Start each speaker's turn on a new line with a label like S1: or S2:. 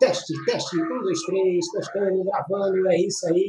S1: Teste, teste, um, dois, três, testando, gravando, é isso aí.